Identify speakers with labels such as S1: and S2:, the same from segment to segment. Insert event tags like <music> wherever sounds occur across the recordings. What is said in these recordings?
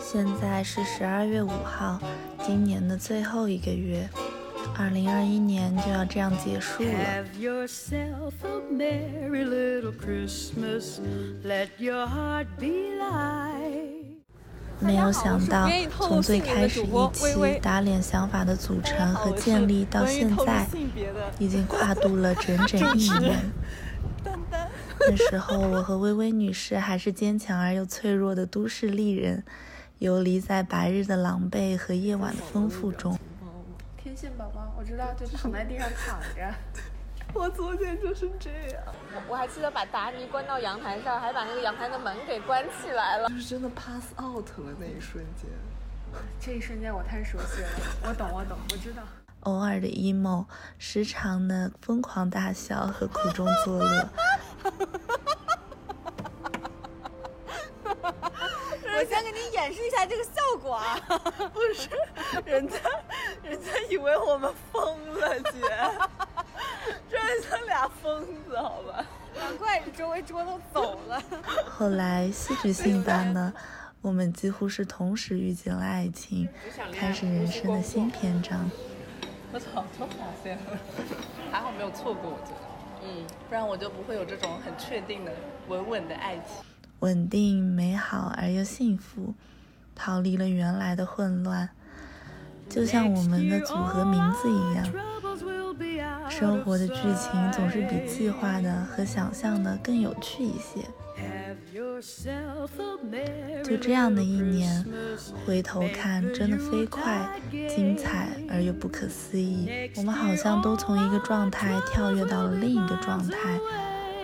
S1: 现在是十二月五号，今年的最后一个月，二零二一年就要这样结束
S2: 哎
S1: 了。
S3: Have yourself a merry little Christmas. Let your heart be light.
S1: 没有想到
S2: 大家好我是不愿意，透
S1: 从
S2: 露
S1: 最开始
S2: 姓
S1: 一
S2: 名的主播微
S1: 期
S2: 微
S1: 打脸想法的组
S2: 大家
S1: 成
S2: 好
S1: 和
S2: 我是
S1: 建立到
S2: 关于
S1: 现
S2: 透露
S1: 在，
S2: 性别的
S1: 已经跨度了整整一年。
S2: 丹丹，
S1: 那时候，我和薇薇女士还是坚强而又脆弱的都市丽人，游离在白日的狼狈和夜晚的丰富中。
S4: 天线宝宝，我知道，就躺在地上躺 <laughs> 着。
S2: 我昨天就是这样，我还记得把达尼关到阳台上，还把那个阳台的门给关起来了。
S5: 就是真的 pass out 了那一瞬间。
S4: 这一瞬间我太熟悉了，我懂，我懂，我知道。
S1: 偶尔的 emo，时常呢疯狂大笑和苦中作乐。
S2: <laughs> 我先给你演示一下这个效果啊！ <laughs> 不是，人家人家以为我们疯了， <laughs> 姐，这像俩疯子，好吧？难怪你周围桌都走了。
S1: 后来戏剧性般呢，我们几乎是同时遇见了爱情，开始人生的新篇章。
S6: 我早就发现了， <laughs> 还好没有错过，我觉得，嗯，不然我就不会有这种很确定的稳稳的爱情。
S1: 稳定、美好而又幸福，逃离了原来的混乱，就像我们的组合名字一样。
S3: Troubles will be out
S1: 生
S3: of
S1: 活的剧情总是比计
S3: sight.
S1: 划的和想象的更有趣一些。
S3: Have yourself a merry
S1: 就这样的一
S3: little
S1: 年
S3: Christmas.
S1: 回头看，真的飞快、精彩而又不可思议。我们好像都从一个状态跳跃到了另一个状态，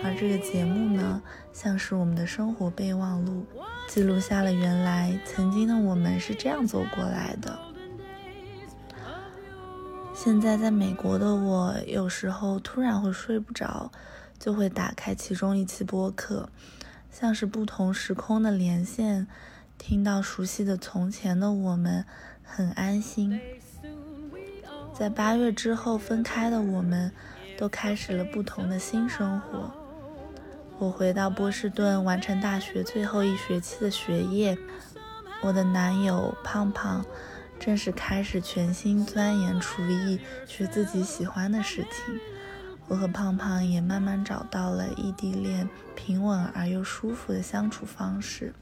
S1: 而这个节目呢，像是我们的生活备忘录，记录下了原来曾经的我们是这样走过来的。现在在美国的我，有时候突然会睡不着，就会打开其中一期播客，像是不同时空的连线，听到熟悉的从前的我们，很安心。在八月之后分开的我们，都开始了不同的新生活。我回到波士顿完成大学最后一学期的学业，我的男友胖胖正式开始全心钻研厨艺，学自己喜欢的事情。我和胖胖也慢慢找到了异地恋平稳而又舒服的相处方式。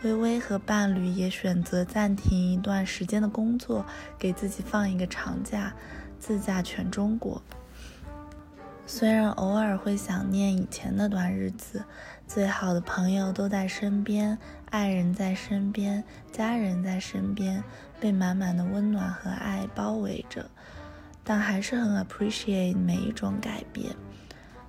S1: 微微和伴侣也选择暂停一段时间的工作，给自己放一个长假，自驾全中国。虽然偶尔会想念以前那段日子，最好的朋友都在身边，爱人在身边，家人在身边，被满满的温暖和爱包围着，但还是很 appreciate 每一种改变。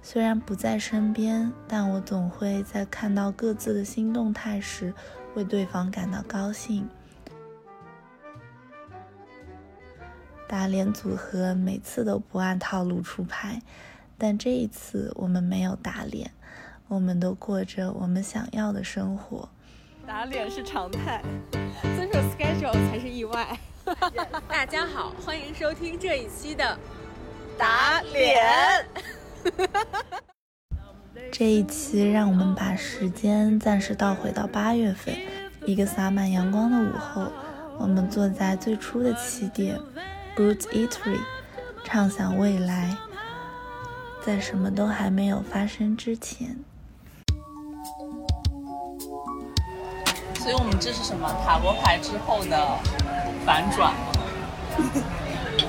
S1: 虽然不在身边，但我总会在看到各自的新动态时，为对方感到高兴。打脸组合每次都不按套路出牌，但这一次我们没有打脸，我们都过着我们想要的生活。
S2: 打脸是常态，遵守 schedule 才是意外。 <laughs> 大家好，欢迎收听这一期的打脸。
S1: 这一期让我们把时间暂时倒回到八月份，一个洒满阳光的午后，我们坐在最初的起点 Brute Eatery，畅想未来，在什么都还没有发生之前。
S6: 所以我们这是什么塔罗牌之后的反转吗？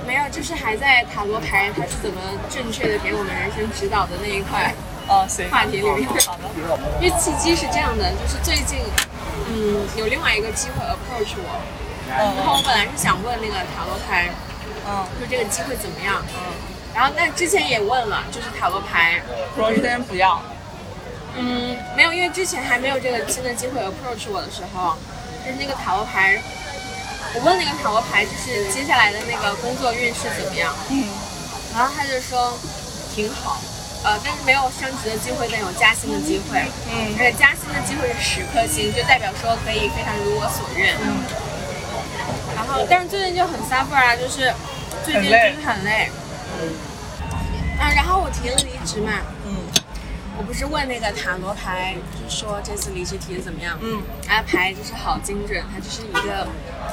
S4: 没有，就是还在塔罗牌它是怎么正确的给我们人生指导的那一块。
S6: 哦，行，
S4: 话题里面
S6: 好的，
S4: 因为契机是这样的，就是最近，嗯，有另外一个机会 approach 我，然后我本来是想问那个塔罗牌，
S6: 嗯，
S4: 就这个机会怎么样，嗯，然后但之前也问了，就是塔罗牌，
S6: 我先不要。
S4: 嗯，没有，因为之前还没有这个新的机会 approach 我的时候，就是那个塔罗牌，我问那个塔罗牌就是接下来的那个工作运势怎么样，嗯，然后他就说挺好，呃，但是没有升职的机会，但有加薪的机会，嗯，而且加薪的机会是十颗星，就代表说可以非常如我所愿，嗯，然后但是最近就很 suffer 啊，就是最
S6: 很
S4: 近就
S6: 累
S4: 啊是很累，嗯，然后我提了离职嘛，我不是问那个塔罗牌，就是说这次离职题怎么样？嗯，哎，牌就是好精准，它就是一个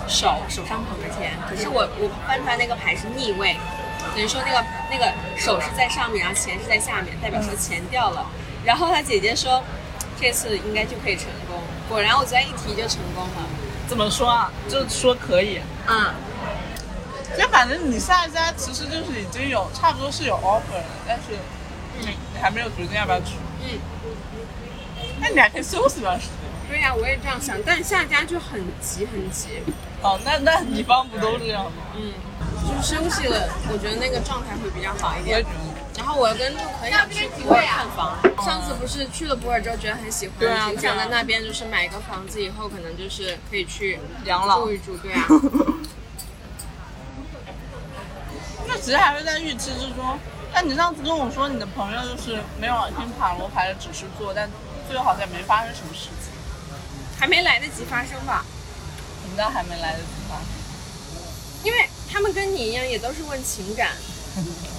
S4: 手手上捧着钱，可是我我翻出来那个牌是逆位，等于说那个那个手是在上面，然后钱是在下面，代表说钱掉了。然后他姐姐说，这次应该就可以成功。果然我昨天一提就成功了。
S7: 怎么说啊？就说可以，
S4: 嗯，
S7: 就反正你下一家其实就是已经有差不多是有 offer 了，但是你你还没有决定要不要去。
S4: 嗯。
S7: 那你还可以休息一段时间。
S4: 对呀、我也这样想，但下家就很急很急，
S7: 哦，那那乙方不都这样吗？
S4: 就是休息了，我觉得那个状态会比较好一
S7: 我也
S4: 点
S7: 觉。得。
S4: 然后我又跟陆可想去博尔看房，上次不是去了博尔之后觉得很喜欢，
S7: 啊对啊
S4: 挺想
S7: 对啊
S4: 在那边就是买一个房子，以后可能就是可以去
S7: 养老
S4: 住一住，对啊，
S7: 那其实还是在预期之中。但你上次跟我说你的朋友就是没有听塔罗牌的指示做，但最后好像没发生什么事情。
S4: 还没来得及发生吧，
S7: 怎么叫还没来得及发生？
S4: 因为他们跟你一样也都是问情感。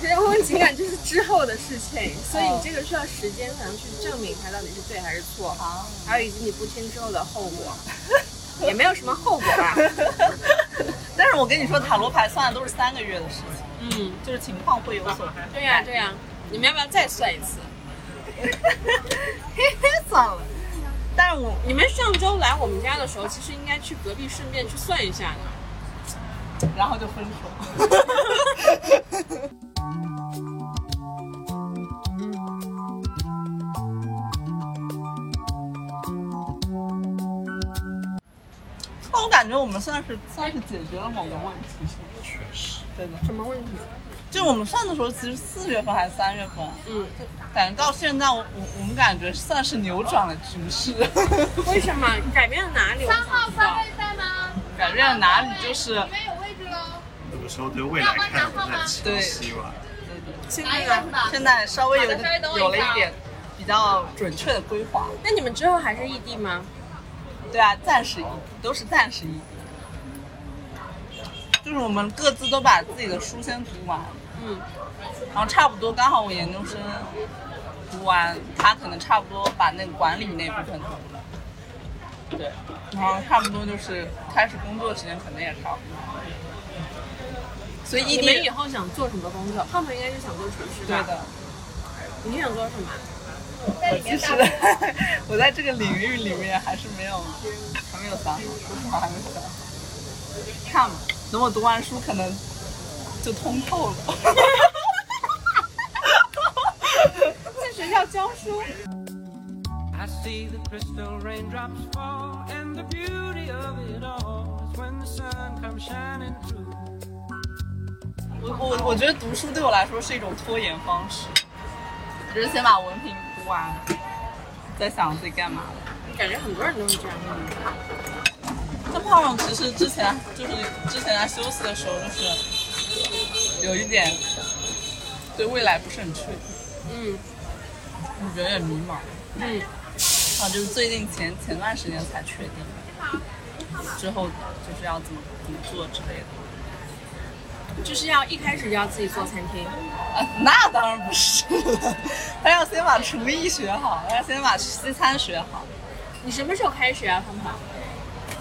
S4: 然后问情感就是之后的事
S7: <laughs>
S4: 情，所以你这个需要时间才能去证明它到底是对还是错。
S7: 啊，
S4: 还有以及你不听之后的后果，也没有什么后果
S7: <laughs>
S4: 吧。
S7: 但是我跟你说，塔罗牌算的都是三个月的事情，
S4: 嗯，
S7: 就是情况会有所改。
S4: 对呀、对呀、你们要不要再算一次？
S7: 算了。但是我
S4: 你们上周来我们家的时候，其实应该去隔壁顺便去算一下呢。
S7: 然后就分 <laughs> 手。那我感觉我们算是算是解决了某个问题，确实，真的。
S4: 什么问题？
S7: 就我们算的时候，其实四月份还是三月份，啊
S4: 嗯，
S7: 感觉到现在我我我们感觉算是扭转了局势。 <laughs>
S4: 为什么改变了哪里？三号三位在
S7: 改变了哪里就是
S8: 有的时候对未来看得不是很清晰吧。
S4: 现
S7: 哎
S4: 在呢？
S7: 现在稍微有有了一点啊比较准确的规划。
S4: 那你们之后还是异地吗？
S7: 对啊，暂时异地都是暂时异地，就是我们各自都把自己的书先读完，
S4: 嗯，
S7: 然后差不多刚好我研究生读完，他可能差不多把那个管理那部分读了，对，然后差不多就是开始工作时间可能也差不多，所以异
S4: 你
S7: 地
S4: 们以后想做什么工作？浩浩应该是想做厨师
S7: 对
S4: 吧？
S7: 的。
S4: 你想做什么？
S7: 我其实 <laughs> 我在这个领域里面还是没有还没有想好，说实话还没有想好。看吧，等我读完书可能就通透了。
S4: 在学校教书。
S9: I see the crystal raindrops fall, and the beauty of it all is when the sun comes shining through.
S7: 我我我觉得读书对我来说是一种拖延方式，就是先把文凭读完，再想自己干嘛。
S4: 感觉很多人都是这样。
S7: 但胖胖其实之前就是之前在休息的时候，就是有一点对未来不是很确定。
S4: 嗯
S7: 就有点迷茫。
S4: 嗯，
S7: 啊，就是最近前前段时间才确定，之后就是要怎么怎么做之类的。
S4: 就是要一开始就要自己做餐厅。
S7: 啊，那当然不是了， <laughs> 他要先把厨艺学好，要先把西餐学好。
S4: 你什么时候开学啊，胖胖？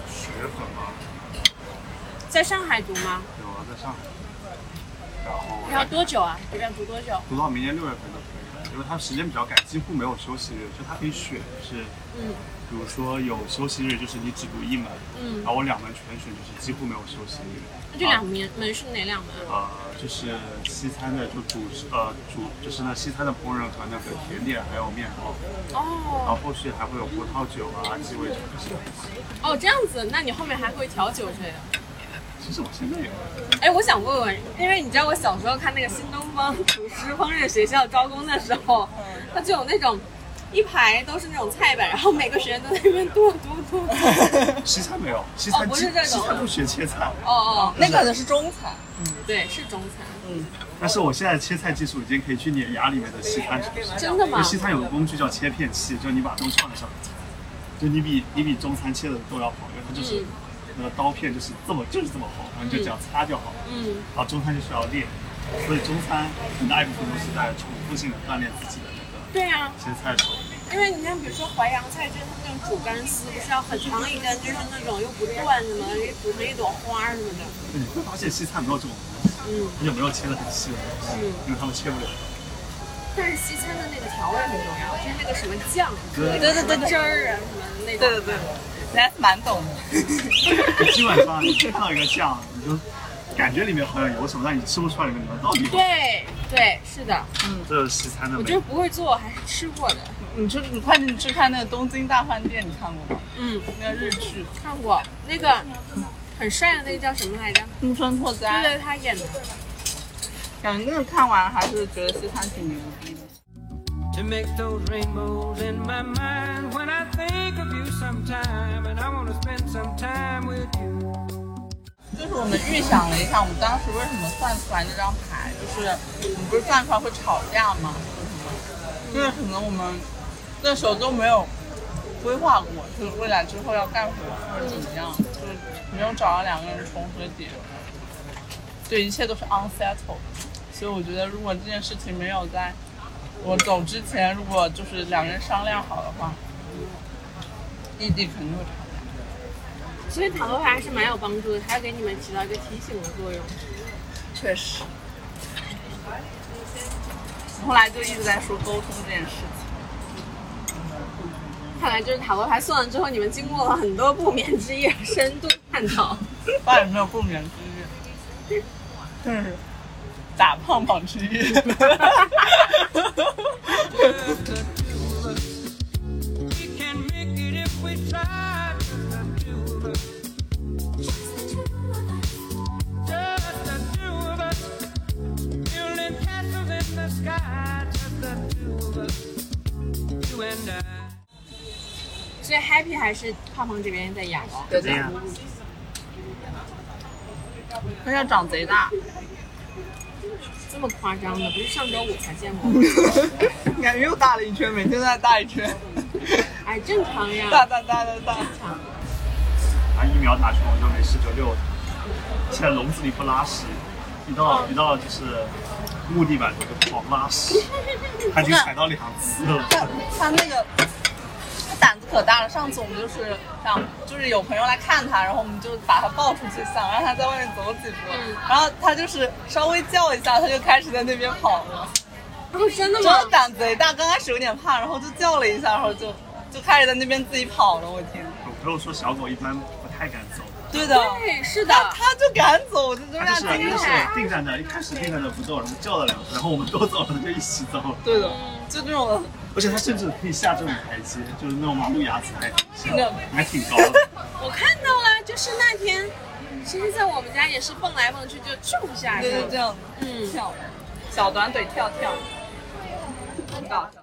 S8: 十月份嘛，
S4: 在上海读吗？
S8: 对，我要在上海，然后
S4: 要多久啊？这边读多久？
S8: 读到明年六月份就可以了，因为它时间比较赶，几乎没有休息日，就它可以选是，
S4: 嗯，
S8: 比如说有休息日就是你只读一门，
S4: 嗯
S8: 然后我两门全选就是几乎没有休息日，
S4: 那这两门门是哪两门啊？
S8: 呃，就是西餐的就主食呃主就是那西餐的烹饪和那个甜点还有面包，然
S4: 哦
S8: 后后续还会有葡萄酒啊、鸡尾酒这些。
S4: 哦，这样子，那你后面还会调酒啊之类的？
S8: 其实我现在也
S4: 哎，我想问问，因为你知道我小时候看那个新东方厨师烹饪学校招工的时候，他就有那种一排都是那种菜板，然后每个学员都在那边剁剁剁。
S8: 西餐没有，西餐
S4: 哦不
S8: 西
S4: 是这种
S8: 西餐不学切菜，
S4: 哦哦，
S7: 那可能是中餐，
S4: 对，是中餐，
S8: 但是我现在切菜技术已经可以去碾压里面的西餐厨师。
S4: 真的
S8: 因
S4: 吗
S8: 为？西餐有个工具叫切片器，就你把东西放在上面，就你比你比中餐切的都要好，因为它就是、
S4: 嗯
S8: 那个刀片就是这么就是这么厚，然后你就只要擦就好了。
S4: 嗯，
S8: 然后中餐就是要练，所以中餐很大一部分都是在重复性的锻炼自己的那个
S4: 对啊，
S8: 切菜头。
S4: 因为你像比如说淮扬菜，就是它那种煮干丝，不是要很长一根，就是那种又不断什么，又煮成一朵花什么的。
S8: 你会发现西餐没有这种东西，
S4: 嗯，
S8: 而且没有切的很细的东西，因为他们切不了。
S4: 但是西餐的那个调味很重要，就是那个什么酱，
S8: 对
S4: 对对对，汁儿啊什么的那种。
S7: 对对对，你还是蛮懂的。
S8: 基本上你看到一个酱，你就感觉里面好像有什么，但你吃不出来里面里面到底有。
S4: 对对，是的，
S8: 这是西餐的
S4: 我
S8: 美
S4: 就是不会做，还是吃过的。
S7: 你去，你快点去看那个《东京大饭店》，你看过吗？
S4: 嗯，
S7: 那个日剧，
S4: 看过那个很帅的那个叫什么来着？
S7: 木村拓
S4: 对
S7: 哉，
S4: 对，他演的。
S7: 感觉那个看完还是觉得西餐挺牛逼的。
S9: to make those rainbows in my mind when I think of you sometime, and I want to spend some time with you.
S7: 就是我们预想了一下，我们当时为什么算出来那张牌，就是我们不是算出来会吵架吗？就是什么，就是可能我们那时候都没有规划过，就是未来之后要干什么或者怎么样，就是没有找到两个人重合点，对，一切都是 unsettled。所以我觉得，如果这件事情没有在我走之前，如果就是两个人商量好的话，异地肯定会吵。
S4: 所以塔罗牌还是蛮有帮助的，它给你们起到一个提醒的作用。
S7: 确实。我后来就一直在说沟通这件事情，
S4: 看来就是塔罗牌算了之后，你们经过了很多不眠之夜深度探讨。
S7: 不然有没有不眠之夜？就是打胖胖之夜。
S9: Just the two of us. We can make it if we try. Just the two of us. Just the two of us. Building castles in the sky. Just the two of us. You and I.
S4: 所以 Happy 还是胖胖这边在养哦。
S7: 对
S8: 这样，
S7: 而且长贼大，
S4: 这么夸张的，不是上周五才见
S7: <laughs>
S4: 过吗？
S7: 感觉又大了一圈，每天都在大一圈，
S4: 哎，正常呀。
S7: 大大大大大。
S8: 啊，疫苗打全我就没事就遛它。现在笼子里不拉屎，一到一到就是木地板我就狂拉屎，它已经踩到两次了。
S7: 他他那个他胆子可大了。上次我们就是想，就是有朋友来看他，然后我们就把他抱出去，想让他在外面走几步。
S4: 嗯
S7: 然后他就是稍微叫一下，他就开始在那边跑了。
S4: 哦，真的
S7: 真的
S4: 吗？
S7: 胆子贼大，刚开始有点怕，然后就叫了一下，然后就就开始在那边自己跑了。我天，
S8: 我朋友说小狗一般不太敢走，
S7: 对的，
S4: 对，是的。
S7: 他他就敢走，我就让
S8: 它
S7: 他
S8: 就是它
S7: 惊
S8: 就是啊
S7: 讶。
S8: 定在那儿，一开始定在那儿不动，然后叫了两声，然后我们都走了，它就一起走了。
S7: 对的，就这种
S8: 而且它甚至可以下这种台阶，就是那种马路牙子还挺
S7: 那
S8: 还挺高的。
S4: 我看到了，就是那天，其实在我们家也是蹦来蹦去，就咻下去
S7: 对就这
S4: 了。
S7: 样
S4: 嗯，
S7: 跳，小短腿跳跳，很搞笑。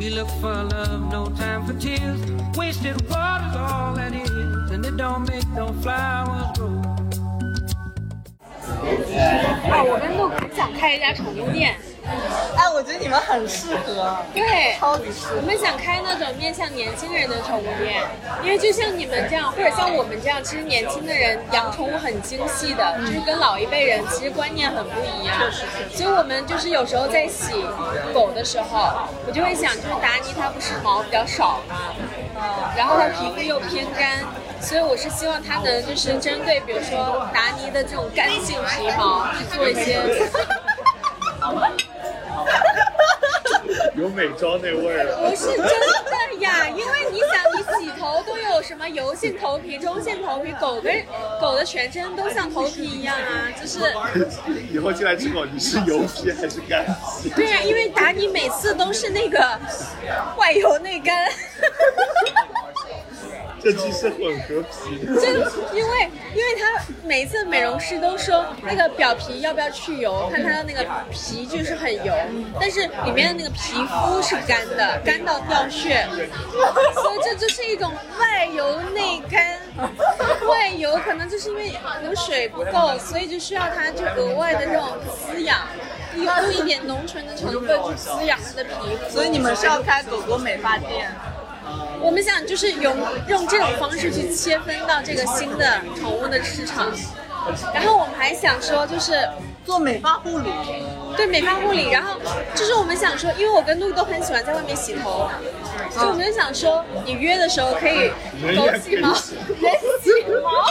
S9: We look for love, no time for tears. Wasted water's all that is, and it don't make no flowers grow.
S4: 啊，我跟露很想开一家宠物店，
S7: 哎，我觉得你们很适合，
S4: 对，
S7: 超级适合
S4: 我。们想开那种面向年轻人的宠物店，因为就像你们这样，或者像我们这样，其实年轻的人养宠物很精细的，就是跟老一辈人其实观念很不一样。所以我们就是有时候在洗狗的时候，我就会想，就是达尼它不是毛比较少嘛，然后它皮肤又偏干，所以我是希望它能就是针对比如说达尼的这种干性皮毛去做一些。
S8: 有美妆那味儿啊了。
S4: 不是真的呀，因为你想，你洗头都有什么油性头皮、中性头皮，狗跟狗的全身都像头皮一样啊，就是
S8: <laughs> 以后进来吃狗，你是油皮还是干皮？ <laughs>
S4: 对啊，因为达尼每次都是那个 <laughs> 外油内干，
S8: 这只是混合皮。
S4: <laughs> 真因为因为他每次美容师都说那个表皮要不要去油，看它的那个皮具是很油，但是里面的那个皮肤是干的，干到掉屑，所以这就是一种外油内干。外油可能就是因为补水不够，所以就需要它就额外的这种滋养，用一点浓醇的成分去滋养它的皮肤。
S7: 所以你们是要开狗狗美发店？
S4: 我们想就是用用这种方式去切分到这个新的宠物的市场，然后我们还想说，就是
S10: 做美发护理，
S4: 对美发护理，然后就是我们想说，因为我跟露都很喜欢在外面洗头，所以我们就想说，你约的时候可以狗洗 <laughs> 毛、人洗毛、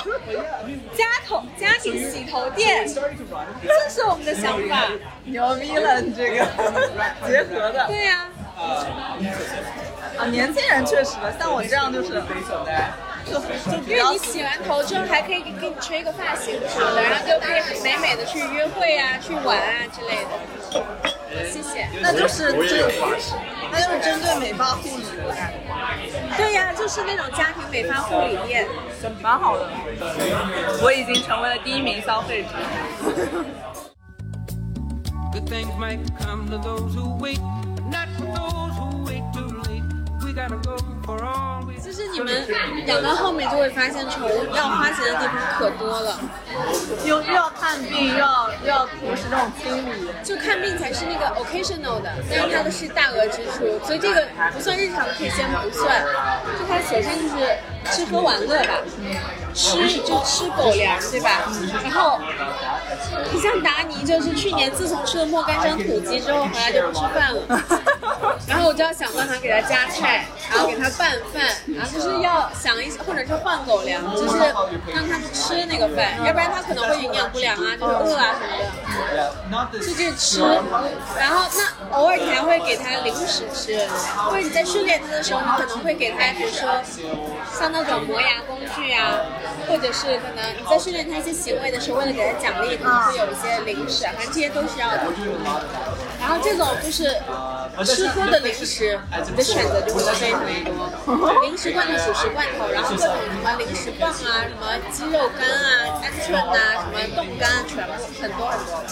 S4: 家头家庭洗头店，这是我们的想法。
S10: 牛逼了，你这个结合的。
S4: 对呀、
S10: 啊，年轻人确实，像我这样就是，就就比
S4: 因为
S10: 较
S4: 你洗完头之后还可以给给你吹个发型什么的，然后就可以美美的去约会啊、去玩啊之类的。谢谢。
S10: 那就是针，那就是针对美发护理的感觉。
S4: 对呀、就是那种家庭美发护理店。
S7: 蛮好的。我已经成为了第一名消费者。
S9: Good things might come to those who wait, but not for those who wait too late. We gotta go for all we
S4: 就是你们养到后面就会发现，宠物要花钱的地方可多了，
S10: 又又要看病，又要又要同时这种清理。
S4: 就看病才是那个 occasional 的，但是它的是大额支出，所以这个不算日常的可以先不算，就它首先就是吃喝玩乐吧，
S10: 嗯
S4: 吃就吃狗粮对吧？然后你 <laughs> 像达尼，就是去年自从吃了莫干山土鸡之后回来就不吃饭了，然后我就要想办法给它加菜，然后给它拌饭，然后就是要想一些，或者是换狗粮，就是让它吃那个饭，要不然它可能会营养不良啊，就是饿啊什么的。就这吃，然后那偶尔你还会给它零食吃，或者你在训练它的时候，你可能会给它，比如说像那种磨牙工具啊，或者是可能你在训练它一些行为的时候，为了给它奖励，可能会有一些零食啊，反正这些都是要的。然后这种就是吃喝的零食，你的选择就会非常多，零食罐头、主食罐头，然后各种什么零食棒啊、什么鸡肉干啊、鹌鹑啊、什么冻干啊，全部很多很多。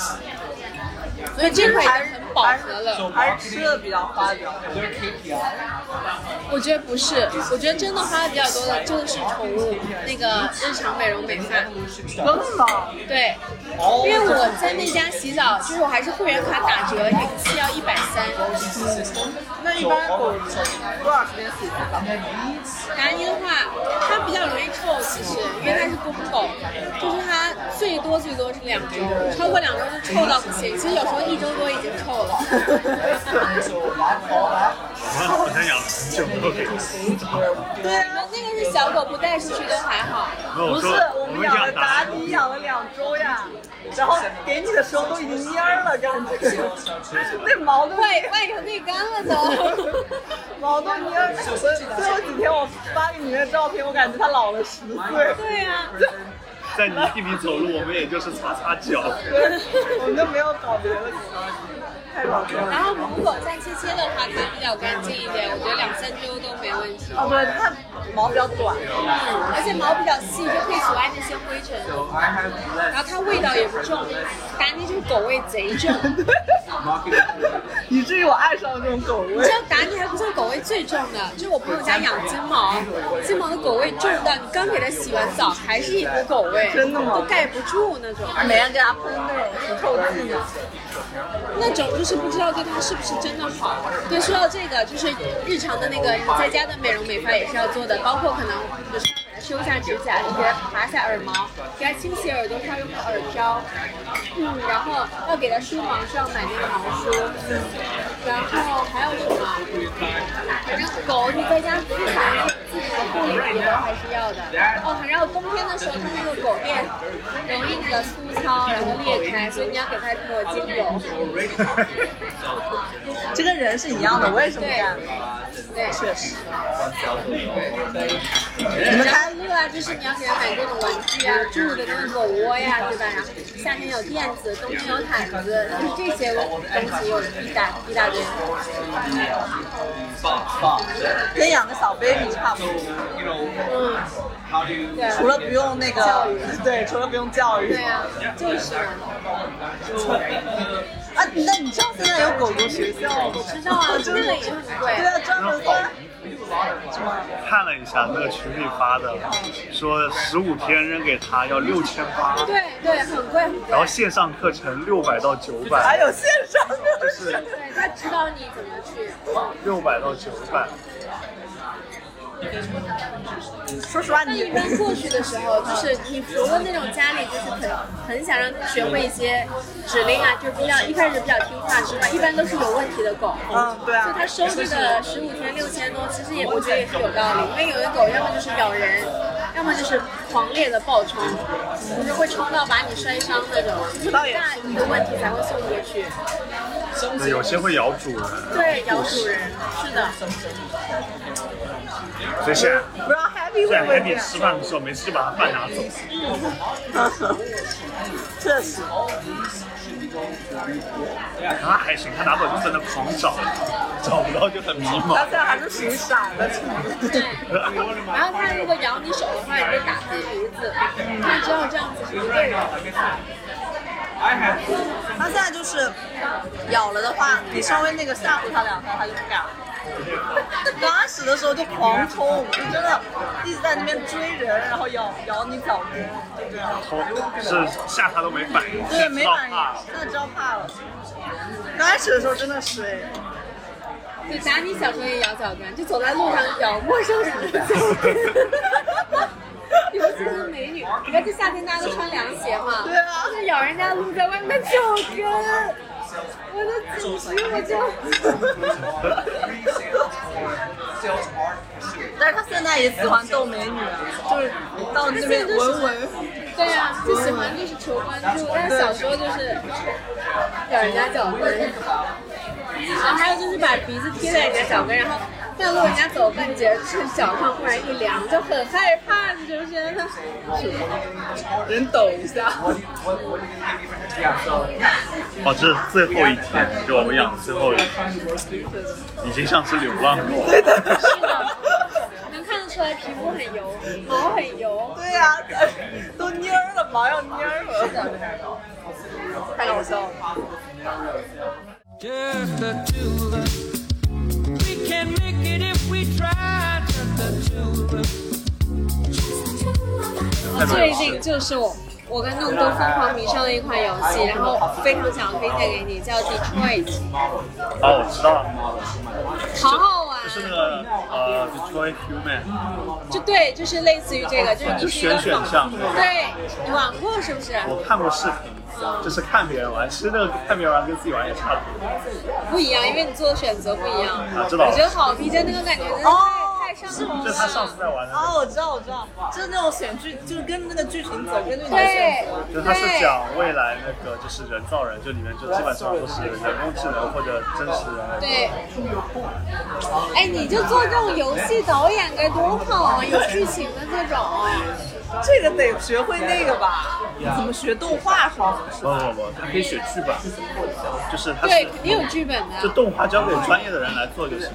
S4: 所以这块已经很饱和了。
S10: 还是吃的比较花掉。
S4: 我觉得不是，我觉得真的花的比较多的就是宠物那个日常美容美发。
S10: 真的吗？
S4: 对，因为我在那家洗澡，就是我还是会员卡打折，一个次要一百三。
S10: 那一般狗多少时间洗一次澡？
S4: 达尼的话，它比较容易臭，其实因为它是公狗，就是它最多最多是两周，超过两周就臭到不行。其实有时候一周多已经臭
S10: <laughs>
S4: 了。
S8: 我好像养了很久没有给它洗澡。
S4: 对啊，那个是小狗，不带出去都还好。
S8: 没有
S10: 不
S8: 我
S10: 是
S8: 说，
S10: 我
S8: 我
S10: 们
S8: 们
S10: 养
S8: 养啊
S10: 了达
S8: 达，
S10: 尼养了两周呀，然后给你的时候都已经蔫儿了，感觉 <laughs> 那
S7: <laughs>
S10: 毛都
S4: 外外头内干了都。
S10: 毛都蔫儿。最后几天我发给你那照片，我感觉它老了十岁。
S4: 对呀、
S8: 在泥地里走路，我们也就是擦擦脚。
S10: 对，我们就没有搞别的，太搞笑了。
S4: 然后母狗像切切的话，它比较干净一点，我觉得两三周都没问题。
S10: 哦，对，它毛比较短。
S4: 嗯而且毛比较细，就可以阻碍那些灰尘。然后它味道也不重，达尼就是狗味贼重。
S10: 以至于我爱上了这种狗
S4: 你知
S10: 味。
S4: 道达尼还不算狗味最重的，就是我朋友家养金毛，金毛的狗味重到你刚给它洗完澡还是一股狗味，
S10: 真的吗
S4: 都盖不住那种。
S10: 每天给它喷那种除臭剂，
S4: 那种就是不知道对它是不是真的好。对，说到这个，就是日常的那个你在家的美容美发也是要做的，包括可能有时候给它修一下指甲，给它拔下耳毛，给它清洗耳朵上用的耳漂，嗯，然后要给它梳毛是要买那个毛梳，然后还有什么？反正狗你在家自然自己的护理也都还是要的。哦，然后冬天的时候，它那个狗便容易那个粗糙，然后裂开，所以你要给它抹精油。
S10: 这跟人是一样的，我也是这么干的。
S4: 对，
S10: 确实，
S4: 然后另外就是你要给它买各种玩具啊，住的那个狗窝呀，对吧？然后夏天有垫子，冬天有毯子，就是这些东西有一大一大堆。
S10: 跟养个小 baby 差不多。
S4: 嗯，对
S10: 除了不用那个，嗯对，除了不用教育
S4: 对。啊，就是。
S10: 啊，那你知道现在有狗狗学校吗？我
S4: 知道啊，那个也很贵
S10: 对。啊，专门发。
S8: 看了一下那个群里发的，说十五天扔给他要六千八，
S4: 对对，很贵很
S8: 然后
S4: 贵。
S8: 线上课程六百到九百，
S10: 还有线上
S8: 就
S10: 的，
S8: 是
S4: 对，他指导你怎么去。
S8: 六百到九百。
S10: 说实话
S4: 那
S10: 你，
S4: 一般过去的时候，就是你除了那种家里就是很很想让它学会一些指令啊，就比较一开始比较听话之外，一般都是有问题的狗。
S10: 嗯对啊
S4: 就它收这个十五天六千多，其实也我觉得也是有道理，因为有的狗要么就是咬人，要么就是狂烈的暴冲，就是会冲到把你摔伤那种，就是很大一个问题才会送过去。
S8: 那有些会咬主人，
S4: 对，咬主人是
S10: <laughs>
S4: 的。
S8: 所以现在
S10: 不让 Happy
S8: 现 <laughs> 在
S10: 会
S8: 还
S10: 问这
S8: 得
S10: 样。
S8: 吃饭的时候没事就把他饭拿走。 <laughs>
S10: 确实，
S8: 然后还行，他拿走就在那狂找，找不到就很迷
S10: 他
S8: 茫
S10: 现。在还是属于傻的
S8: 哎
S10: 程度。
S4: 然后它如果咬你手的话，你就打自己鼻子，它知道这样子是不对的。
S10: 他现在就是咬了的话，你稍微那个吓唬他两下，他就不敢了。刚开始的时候就狂冲，就真的一直在那边追人，然后咬咬你脚跟，就这样。
S8: 头是吓他都没反应，
S10: 对，
S8: 现在
S10: 没
S8: 知道
S10: 反
S8: 怕
S10: 应，真的知道怕了。刚开始的时候真的是哎，
S4: 对，打你小时候也咬脚跟，就走在路上咬陌生人的脚 <laughs> 跟。尤其是美女，你看这夏天大家都穿凉鞋嘛，
S10: 对啊
S4: 就咬人家撸在外面的脚跟，我都几十我就。
S10: 但是他现在也喜欢逗美女啊，就是到那边闻闻。
S4: 对呀、就喜欢就是求关注，但是小时候就是咬人家脚跟，然后还有就是把鼻子贴在人家脚跟，然后半路人家走半截，就是脚上忽然一凉，就很害怕，你知不知道？ <laughs>
S10: 人抖一下。
S8: 哦，这是最后一天，就我们养的最后一天，已经像是流浪狗。
S4: 是的， <laughs> 能看得出来皮肤很油，毛很油，
S10: 对呀、都蔫儿了，毛要蔫儿了。太搞笑了。
S9: Just the two of us. We can make it if we try. Just the two of us.
S4: 最近就是我。我跟弄都疯狂迷上了一款游戏，然后非常想要推荐给你，叫 Detroit，
S8: 哦，我知道了，
S4: 好好玩。
S8: 就是那个呃，Detroit Human，
S4: 就对，就是类似于这个，就是你
S8: 就是
S4: 是一个
S8: 选选
S4: 仿
S8: 项
S4: 对，你玩过是不是？
S8: 我看过视频，就是看别人玩，其实那个看别人玩跟自己玩也差不多。
S4: 不一样，因为你做的选择不一样。
S8: 啊知道了
S4: 我觉得好逼真，那个感觉真的
S10: 哦
S4: 太太上头
S8: 就他上次
S4: 了。
S8: 在玩的时候，
S10: 哦，我知道，我知道，就是那种选剧，就是跟那个剧情走，根据你的选
S4: 对
S10: 择。
S8: 就他是
S4: 对，
S8: 讲未来那个就是人造人，就里面就基本上都是人工智能或者真实人类。
S4: 对。哎，你就做这种游戏导演该多好啊！有剧情的这种，
S10: 这个得学会那个吧，怎么学动画什么的。
S8: 不不不，他可以选剧本，就是他
S4: 对，
S8: 是
S4: 肯定有剧本
S8: 就
S4: 的。
S8: 动画交给专业的人来做就行。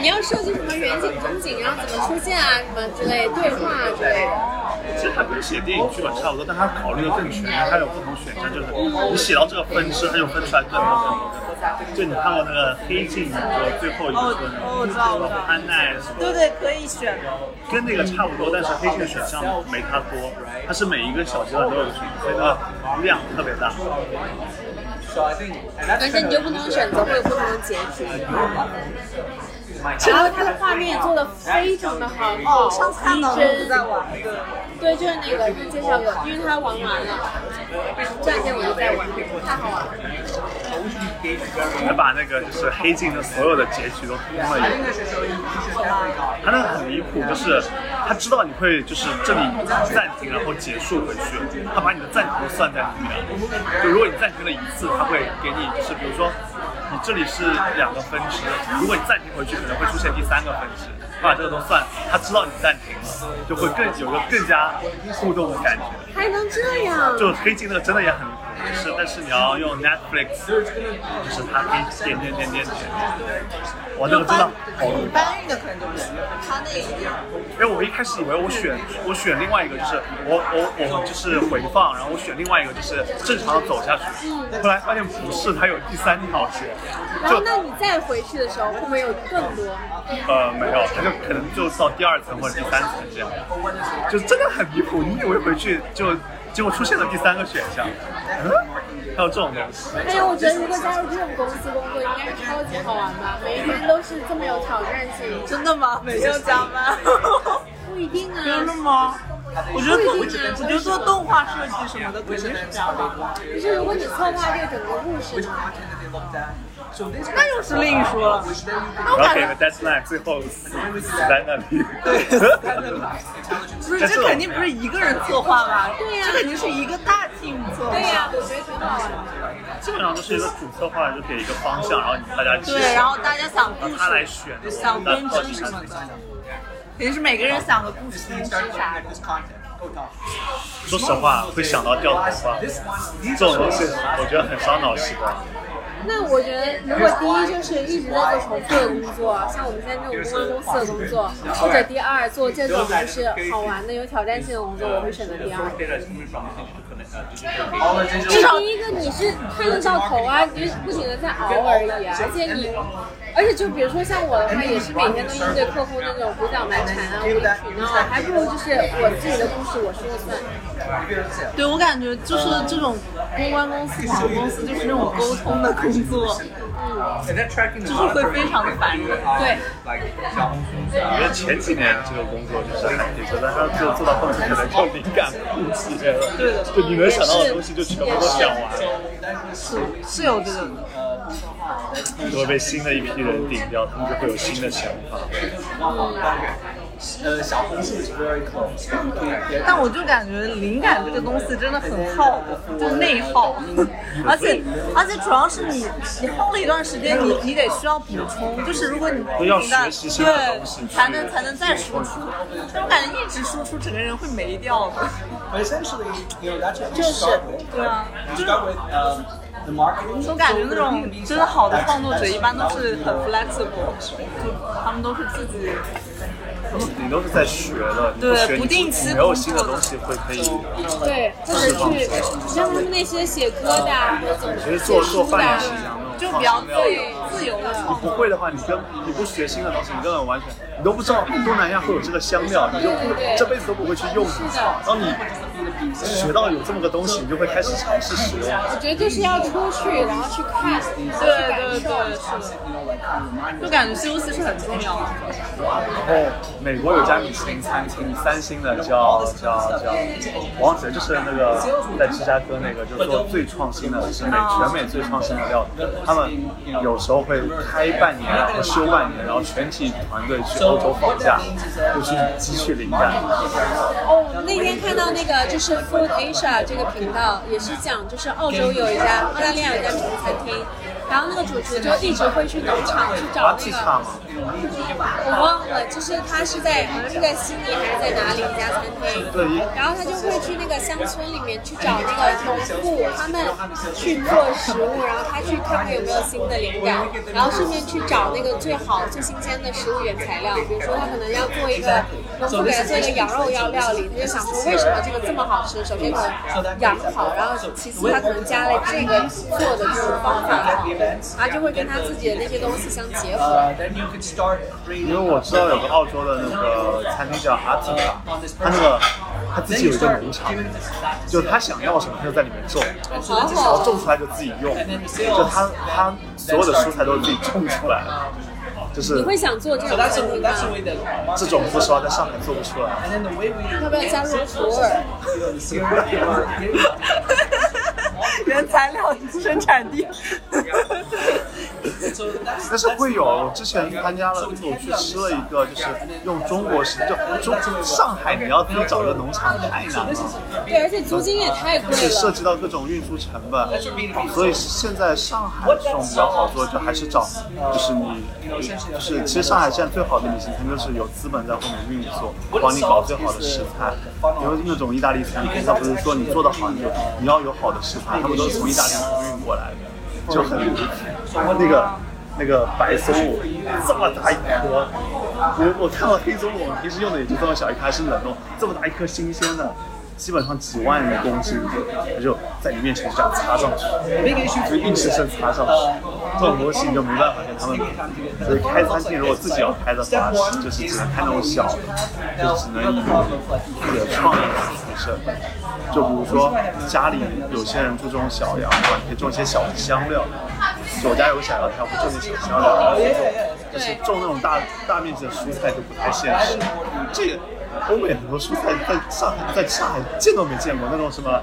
S4: 你要设计什么远景、中景，然后怎么出现啊，什么之类，对话啊之类的。
S8: 其实它跟写电影剧本差不多，但它考虑的更全，它有不同选项，就是你写到这个分支，它就分出来更多更多。就你看过那个《黑镜》和最后一个的
S10: 哦我知道我知道
S8: 安奈什么
S10: 对对，可以选。
S8: 跟那个差不多，但是黑镜的选项没它多，它是每一个小阶段都有选，所以它量特别大。
S4: 而且你就不同的选择会有不同的结局。然后它的画面做的非常的好，
S10: 哦，我上次看到你在玩那个，
S4: 对，就是那个介绍给我，因为他玩完了，这两天我就在玩，太好玩了。
S8: 还把那个就是黑镜的所有的结局都通了一遍。他那个很离谱，就是他知道你会就是这里暂停，然后结束回去，他把你的暂停算在里面。就如果你暂停了一次，他会给你就是比如说你这里是两个分支，如果你暂停回去，可能会出现第三个分支。他把这个都算，他知道你暂停了，就会更有一个更加互动的感觉。
S4: 还能这样？
S8: 就黑镜那个真的也很合适，但是你要用 Netflix，就是它可以点点点点点，我那个真的好
S10: 你搬运的可能就不行，他那个一定。
S8: 因为我一开始以为我选我选另外一个就是我我我就是回放，然后我选另外一个就是正常地走下去，后来发现不是，它有第三条线，
S4: 然后
S8: 就
S4: 那你再回去的时候，会不会有更多？
S8: 呃没有，它就可能就到第二层或者第三层这样，就真的很离谱，你以为回去就结果出现了第三个选项，嗯，还有这种东西。
S4: 哎呀，我觉得如果加入这种公司工作，应该是超级好玩吧？每一天都是这么有挑战性。
S10: 真的吗？每天要加班？
S4: <laughs> 不一定啊。
S10: 真的吗？我觉得
S4: 不
S10: 我
S4: 一定啊。
S10: 觉得做动画设计什么的肯定是加班。
S4: 可是如果你策划这个整个故事呢，
S10: 那又是另说了。那
S8: 然后
S10: 我感
S8: 给
S10: 觉
S8: 个 deadline，最后死死在那里。
S10: 不是，这肯定不是一个人策划吧？
S4: 对呀
S10: 这肯定是一个大 team 策划。
S4: 对呀、我觉得挺好玩的。
S8: <laughs> 基本上都是一个主策划就给一个方向，然后你们大家一起
S10: 对，然后大家想故
S8: 让他来
S10: 事，
S8: 选，
S10: 想编织什么的，肯定是每个人想个故事。
S8: 说实话，会想到掉头发，这种东西我觉得很伤脑细胞。
S4: 那我觉得，如果第一就是一直在做重复的工作，像我们现在这种公关公司的工作，或者第二做这种就是好玩的、有挑战性的工作，我会选择第二。
S8: 至
S4: 至少第一个你是看得到头啊，你就是不停的在熬而已啊，而且你，而且就比如说像我的话，也是每天都应对客户那种胡搅蛮缠啊、无理取闹啊，还不如就是我自己的故事我说了算。
S10: 对，我感觉就是这种公关公司、广告公司，就是那种沟通的工作，嗯就是会非常的烦人。
S4: 对，
S8: 我觉得前几年这个工作就是还挺多，但是他做做到后面可能就灵感枯竭了。对的，就你能想到的东西就全部都想完了，
S10: 是是有这种的。
S8: 就会被新的一批人顶掉，他们就会有新的想法。
S10: 但我就感觉灵感这个东西真的很耗的，就内耗， <laughs> 而且而且主要是你你耗了一段时间，你你得需要补充，就是如果你不
S8: 要
S10: 停的
S8: 学习新的东西
S10: 对，才能才能再输出。但我感觉一直输出，整个人会没掉的。就是，对啊，就是。um, <laughs> 我感觉那种真的好的创作者一般都是很 flexible，就他们都是自己
S8: 你都是在学的，你不学
S10: 对不定期
S8: 你没有新的东西会可以。
S4: 对，或者去像他们那些写歌的啊，
S8: 其实做做饭也是一样的，
S10: 就比较自自由的创
S8: 不
S10: 作。
S8: 会的话，你根你不学新的东西，你根本完全你都不知道东南亚会有这个香料，你就不这辈子都不会去用。然后你学到有这么个东西，你就会开始尝试使用。
S4: 我觉得就是要出去，然后去看，去感
S10: 对对
S4: 受。
S10: 对，是的，就感觉休息是很重要的。
S8: 然后美国有一家米其林餐厅，三星的叫叫叫，我忘记了，就是那个在芝加哥那个，就是做最创新的，是美全美最创新的料理。他们有时候会开半年，然后休半年，然后全体团队去欧洲放假，就去
S10: uh,
S8: 汲取灵感。
S4: 哦，我那天看到那个就是 Food Asia 这个频道，也是讲就是澳洲有一家，澳大利亚有一家美食餐厅，然后那个主厨就一直会去农场去找那
S8: 鸡
S4: 个
S8: 叉，嘛，
S4: 我忘了，就是他是在好像是在悉尼还是在哪里一家餐厅，
S8: 对，一
S4: 然后他就会去那个乡村里面去找那个农户，他们去做食物，然后他去看看有没有新的灵感，然后顺便去找那个最好、最新鲜的食物原材料。比如说，他可能要做一个农夫给他做一个羊肉要料理，他就想说为什么这个这么好吃？首先可能羊好，然后其次他可能加了这个做的这种方法好，
S10: 啊
S4: 然后就会跟他自己的那些东西相结合。
S10: uh,
S8: 因为我知道有个澳洲的那个餐厅叫阿提卡，他那个他自己有一个农场，就他想要什么他就在里面种，
S4: 好
S8: 然后
S4: 好，
S8: 种出来就自己用，就他他所有的蔬菜都是自己种出来的，就是
S4: 你会想做这种餐厅吗？
S8: 这种说实话在上海做不出来。
S4: 要
S10: <laughs>
S4: 不要加入普洱？
S10: 原材料生产地，
S8: <laughs> 但是会有，我之前参加了，我去吃了一个，就是用中国食，就中上海你要自己找一个农场太难了。
S4: 对，而且租金也太贵
S8: 是涉
S4: 了。
S8: 及到各种运输成本，所以现在上海这种比较好做，就还是找，就是你，就是其实上海现在最好的旅行餐就是有资本在后面运作，帮你搞最好的食材。因为那种意大利餐厅，它不是说你做的好，你就你要有好的食材，他们都是从意大利空运过来的，就很离谱。那个那个白松露这么大一颗，我我看到黑松露，我们平时用的也就这么小一颗，还是冷冻，这么大一颗新鲜的。基本上几万
S10: uh,
S8: 公斤，他就在你面前就这样插上去，就硬生生插上去。这种东西你就没办法跟他们比。所以开餐厅如果自己要开的话，就是只能开那种小的，就只能以自己的创意为胜。就比如说家里有些人注重小羊嘛，你可以种一些小的香料。就我家有小羊条，会种点小香料，然后就是种那种大大面积的蔬菜就不太现实。这个欧美很多蔬菜在上海在上海见都没见过，那种什么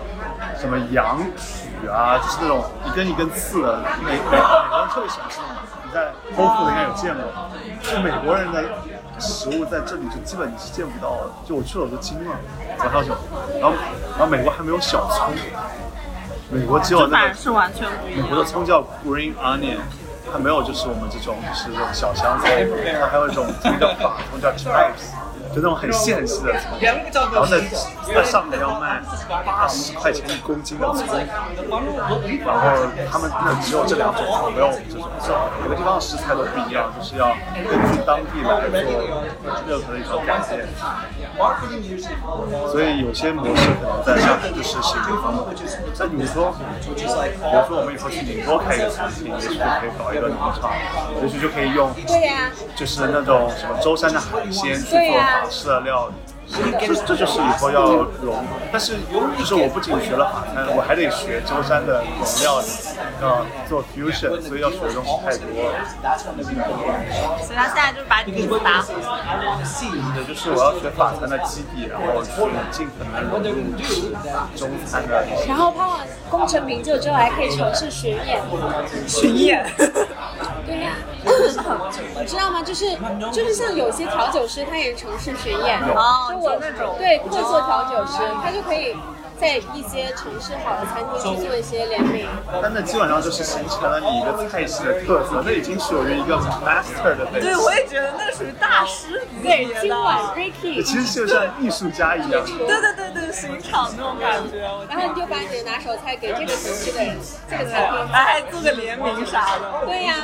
S8: 什么羊曲啊，就是那种一根一根刺的，美美美国人特别喜欢吃那种。你在丰富的应该有见过，就美国人的食物在这里就基本你是见不到的。就我去了我就惊了，我还有什么？然后然后美国还没有小葱，美国只有那个
S7: 是完全不一
S8: 美
S7: 样。
S8: 国的葱叫 green onion，它没有就是我们这种就是这种小香菜，它还有一种葱叫法葱叫 chives，就那种很细很细的葱，然后在在上面要卖八十块钱一公斤的葱，然后他们那只有这两种葱，没有我们这种，就每个地方的食材都不一样，就是要根据当地来做任何的一种改变。所以有些模式可能在上海就是行不通的。在纽州，比如说我们以后去宁波开一个餐厅，也许就可以搞一个农场，也许就可以用
S4: 对呀、
S8: 就是那种什么舟山的海鲜去
S4: 对
S8: 做
S4: 呀
S8: 法式的料理。这这就是以后要融，但是就是我不仅学了法餐，我还得学舟山的融料理，要做 fusion，所以要学的东西太多了。
S10: 所以他现在啊就是把底子打好。
S8: 对，就是我要学法餐的基底，然后去尽可能融入中餐的
S11: 然后拍完功成名就之后，还可以从事巡演。
S8: 巡演。
S11: <laughs> 对呀、你知道吗？就是就是像有些调酒师，他也从事巡演，
S10: 有哦
S11: 就我
S10: 就那种
S11: 对客座调酒师，他就可以在一些城市好的餐厅去做一些联名。
S8: 但那基本上就是形成了你一个菜系的特色，那已经属于一个 master 的等级。
S10: 对，我也觉得那属于大师级别的。
S11: 对今晚 Ricky
S8: 其实就像艺术家一样。
S10: 对对对对，巡场那种感觉。我
S11: 然后你就把你的拿手菜给这个城市的人，这个餐厅，
S10: 哎，做个联名啥的。 <laughs>
S11: 对呀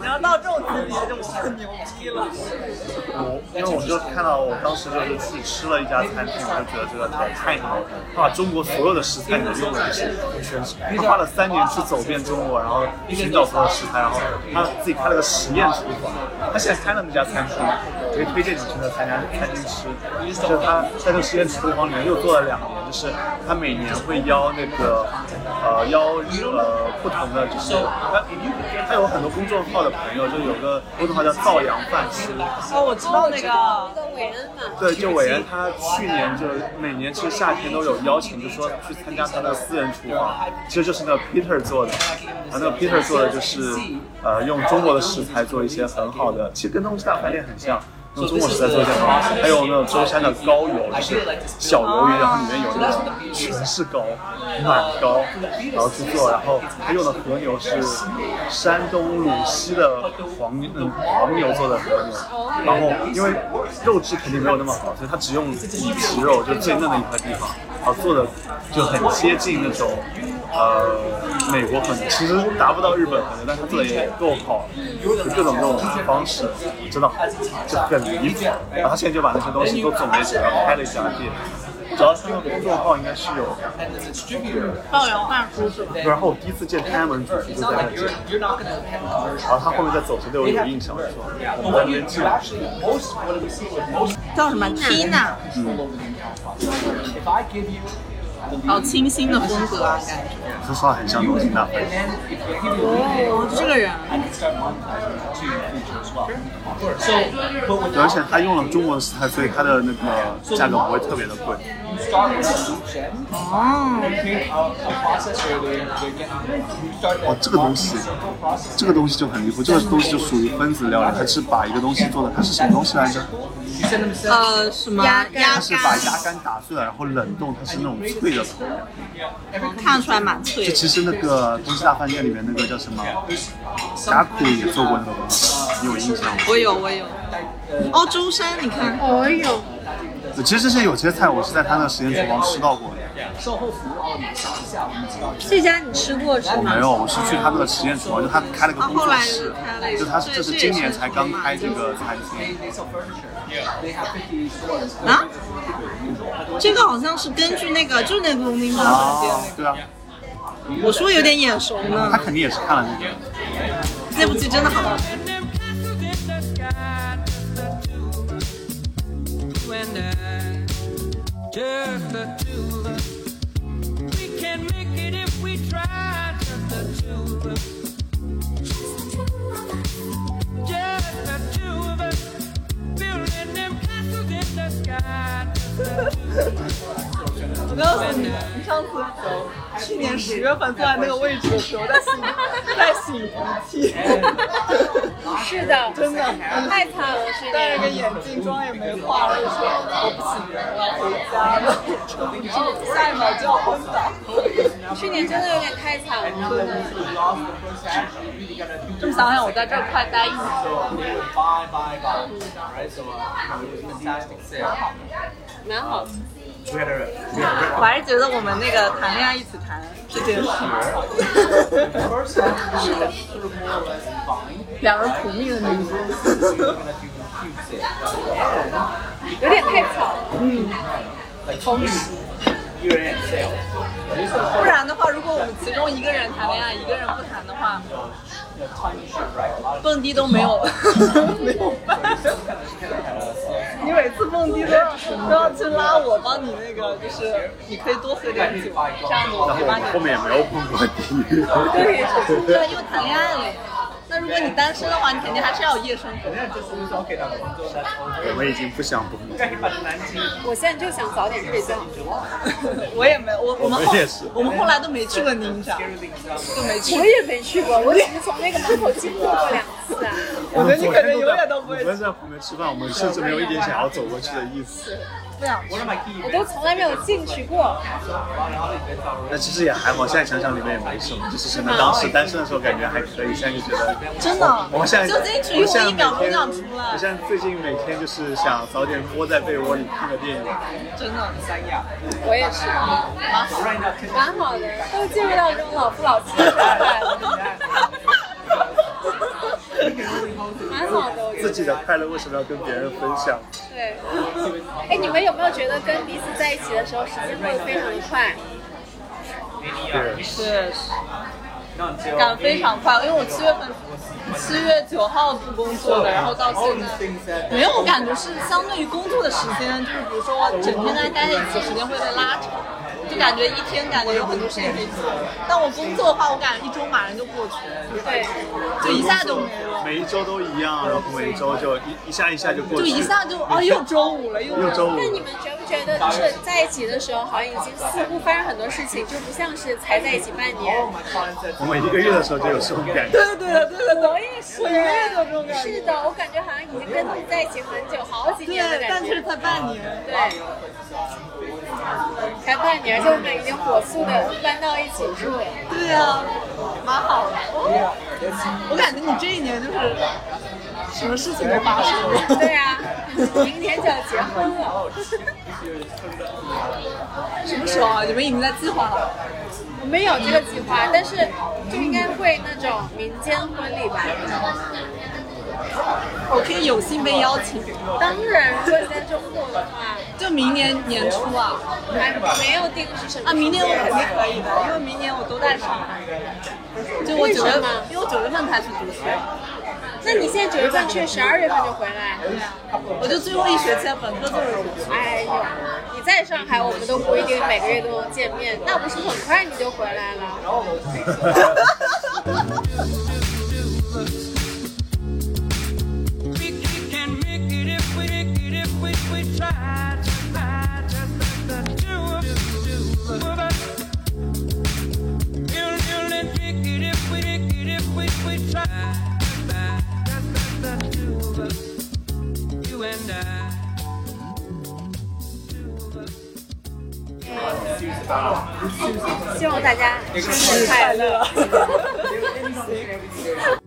S10: 你要到这种级别就我很牛逼了。
S8: 我嗯因为我就看到，我当时就是自己吃了一家餐厅，我就觉得这个太牛了，他把中国所有的食材都用了一遍，全是他花了三年去走遍中国，然后寻找所有的食材，然后他自己开了个实验厨房，他现在开了那家餐厅，可以推荐你去那参加餐厅吃，就是他在这个实验厨房里面又做了两年，就是他每年会邀那个呃邀呃不同的就是他他有很多公众号的朋友，就有个公众号叫造羊饭吃。
S10: 哦，我知道那个。
S11: 那个韦恩嘛，
S8: 对，就韦恩他去年就每年其实夏天都有邀请，就说去参加他的私人厨房，其实就是那个 Peter 做的，啊，那个 Peter 做的就是呃用中国的食材做一些很好的，其实跟东西大排列很像。用中国食材做一些很好，还有那种舟山的高邮，就是小鱿鱼，然后里面有那种全是膏、满膏，然后去做，然后他用的和牛是山东鲁西的黄牛嗯黄牛做的和牛，然后因为肉质肯定没有那么好，所以它只用里皮肉，就是最嫩的一块地方，然后做的就很接近那种呃美国和牛，其实达不到日本和牛，但它做的也够好，就各种这种方式真的就很离谱。然后他现在就把那些东西都总结起来，然后开了一家店。只要他们公众号应该是有，
S10: 造谣饭叔是吧？
S8: 对然后我第一次见天安门主题就在那见，然后他后面再走神对我有印象，说我们在那边见过。
S10: 叫什么 Tina？好清新的风格啊，感觉。
S8: 说实话很像东京大饭店。
S10: 哦，这个人。
S8: 而且他用了中国的食材，所以它的那个价格不会特别的贵。哦，这个东西，这个东西就很离谱，这个东西就属于分子料理，它是把一个东西做的，它是什么东西来着？
S10: 呃，什么
S8: 鸭
S10: 鸭
S8: 它是把鸭肝打碎了，然后冷冻，它是那种脆的口感。
S10: 肝，看出来蛮脆
S8: 就
S10: 的。
S8: 其实那个东西大饭店里面那个叫什么，嘎苦也做过那个东西，你有印象吗？
S10: 我有，我有。哦，舟山，你看。我有。
S8: 其实这些有些菜我是在他那个实验厨房吃到过的。
S10: 售后服务，你扫一下，我们知道。这家你吃过是
S8: 我
S10: 吗？
S8: 哦没有，我是去他那个实验厨房，就他开了个
S7: 啊
S8: 工作室
S10: 他后来开了一，个
S8: 就他是这是今年才刚开这个餐厅。
S10: 啊？这个好像是根据那个，就是那个农民工的那
S8: 对啊，
S10: 个
S7: 我说有点眼熟呢。
S8: 他肯定也是看了那个。
S7: 那部剧真的好。
S9: and I, just the two of us. We can make it if we try, just the two of us. Just the two of us, building them castles in the sky. Just the two of us.
S7: 我告诉你，你上次去年十月份坐在那个位置的时候，在擤在擤鼻涕。
S4: 是的，
S7: 真的
S4: 太惨了，是的。
S7: 戴着个眼镜，妆也没化了，就说我不行了，回家 <laughs> 了，下一秒就要昏倒。
S4: 去年真的有点太惨了，真的。
S7: 就想想我在这儿快待一年，
S4: 蛮好的。
S7: 我还是觉得我们那个谈恋爱一起谈这件事，两人苦命的女人。
S4: 有点太巧了。
S7: 嗯，不然的话，如果我们其中一个人谈恋爱，一个人不谈的话，蹦迪都
S4: <laughs>
S7: 没有没有办法。你每次蹦迪都要都要去拉我帮你那个，就是你可以多喝点酒，这样子我
S8: 然
S7: 可以帮
S8: 后
S7: 你。
S8: 后面也没有碰过地。
S7: 对，对，因为谈恋爱了呀。那如果你单身的话，你肯定还是要有夜生活。
S8: <laughs> 我已经不想蹦迪了。
S4: 我现在就想早点睡觉。
S7: 我也没，我我们后
S8: 我也是
S7: 我们后来都没去过宁 <laughs> 夏，都没去。
S4: 我也没去过，我只是从那个门口经过过两次啊。
S7: 我觉得你可能永远都不会
S8: 我们在旁边吃饭，我们甚至没有一点想要走过去的意思。
S4: 不想去，我都从来没有进去过。
S8: 那其实也还好，现在想想里面也没什么，就是真的当时单身的时候感觉还可以，现在就觉得
S7: 真的啊
S8: 我现在
S7: 就进去
S8: 我现在
S7: 我一秒
S8: 每天
S7: 都不想出来
S8: 我现在最近每天就是想早点窝在被窝里看个电影。
S7: 真的。
S4: 我也是，蛮好的，都进入到这种老夫老妻的状态了， <laughs> 蛮好的，我觉
S8: 自己
S4: 得。
S8: 的快乐为什么要跟别人分享？
S4: 对，哎，你们有没有觉得跟彼此在一起的时候时间过得非常快？
S8: 对，
S7: 是赶非常快，因为我七月份七月九号不工作的，然后到现在没有感觉是相对于工作的时间，就是比如说我整天在待在一起时间会被拉长，就感觉一天感觉有很多事情可以做。但我工作的话，我感觉一周马上就过去了，
S4: 对，
S7: 就一下就没了，
S8: 每一周都一样，然后每一周就一一下一下就过
S7: 就
S8: 去，
S7: 一下就哦又周五了，又
S8: 又周五
S4: 那你们觉不觉得，就是在一起的时候，好像已经似乎发生很多事情，就不像是才在一起半年。
S8: 我们一个月的时候就有这种感觉。
S7: 对对的对的对的，
S4: 我也是，
S7: 我一个月都这种感觉。
S4: 是的，我感觉好像已经跟你在一起很久，好几年的
S7: 对，
S4: 感
S7: 但
S4: 觉
S7: 是。才半年。
S4: 对，才半年，而且我们已经火速的搬到一起住了。
S7: 对啊，蛮好的。哦我感觉你这一年就是什么事情都发生了。
S4: 对啊，明年就要结婚了。
S7: 什么时候啊？你们已经在计划了？
S4: 我们有这个计划，但是就应该会那种民间婚礼吧。
S7: 我可以有幸被邀请，
S4: 当然，如果你在中国的话，
S7: 就明年年初啊
S4: 还没有定是什么时候。
S7: 啊！明年我肯定可以的，因为明年我都在上海。就我九月
S4: 为什么，
S7: 因为我九月份才去读书，
S4: 那你现在九月份去，十二月份就回来。
S7: 我就最后一学期的本科就是读书。
S4: 哎呦，你在上海，我们都不一定每个月都能见面，那不是很快你就回来了？
S9: We can make it if we make it if we we try just try just the two of two of us. We'll we'll make it if we make it if we we try just try just the two of us, you and I.
S4: 希望大家生日快乐。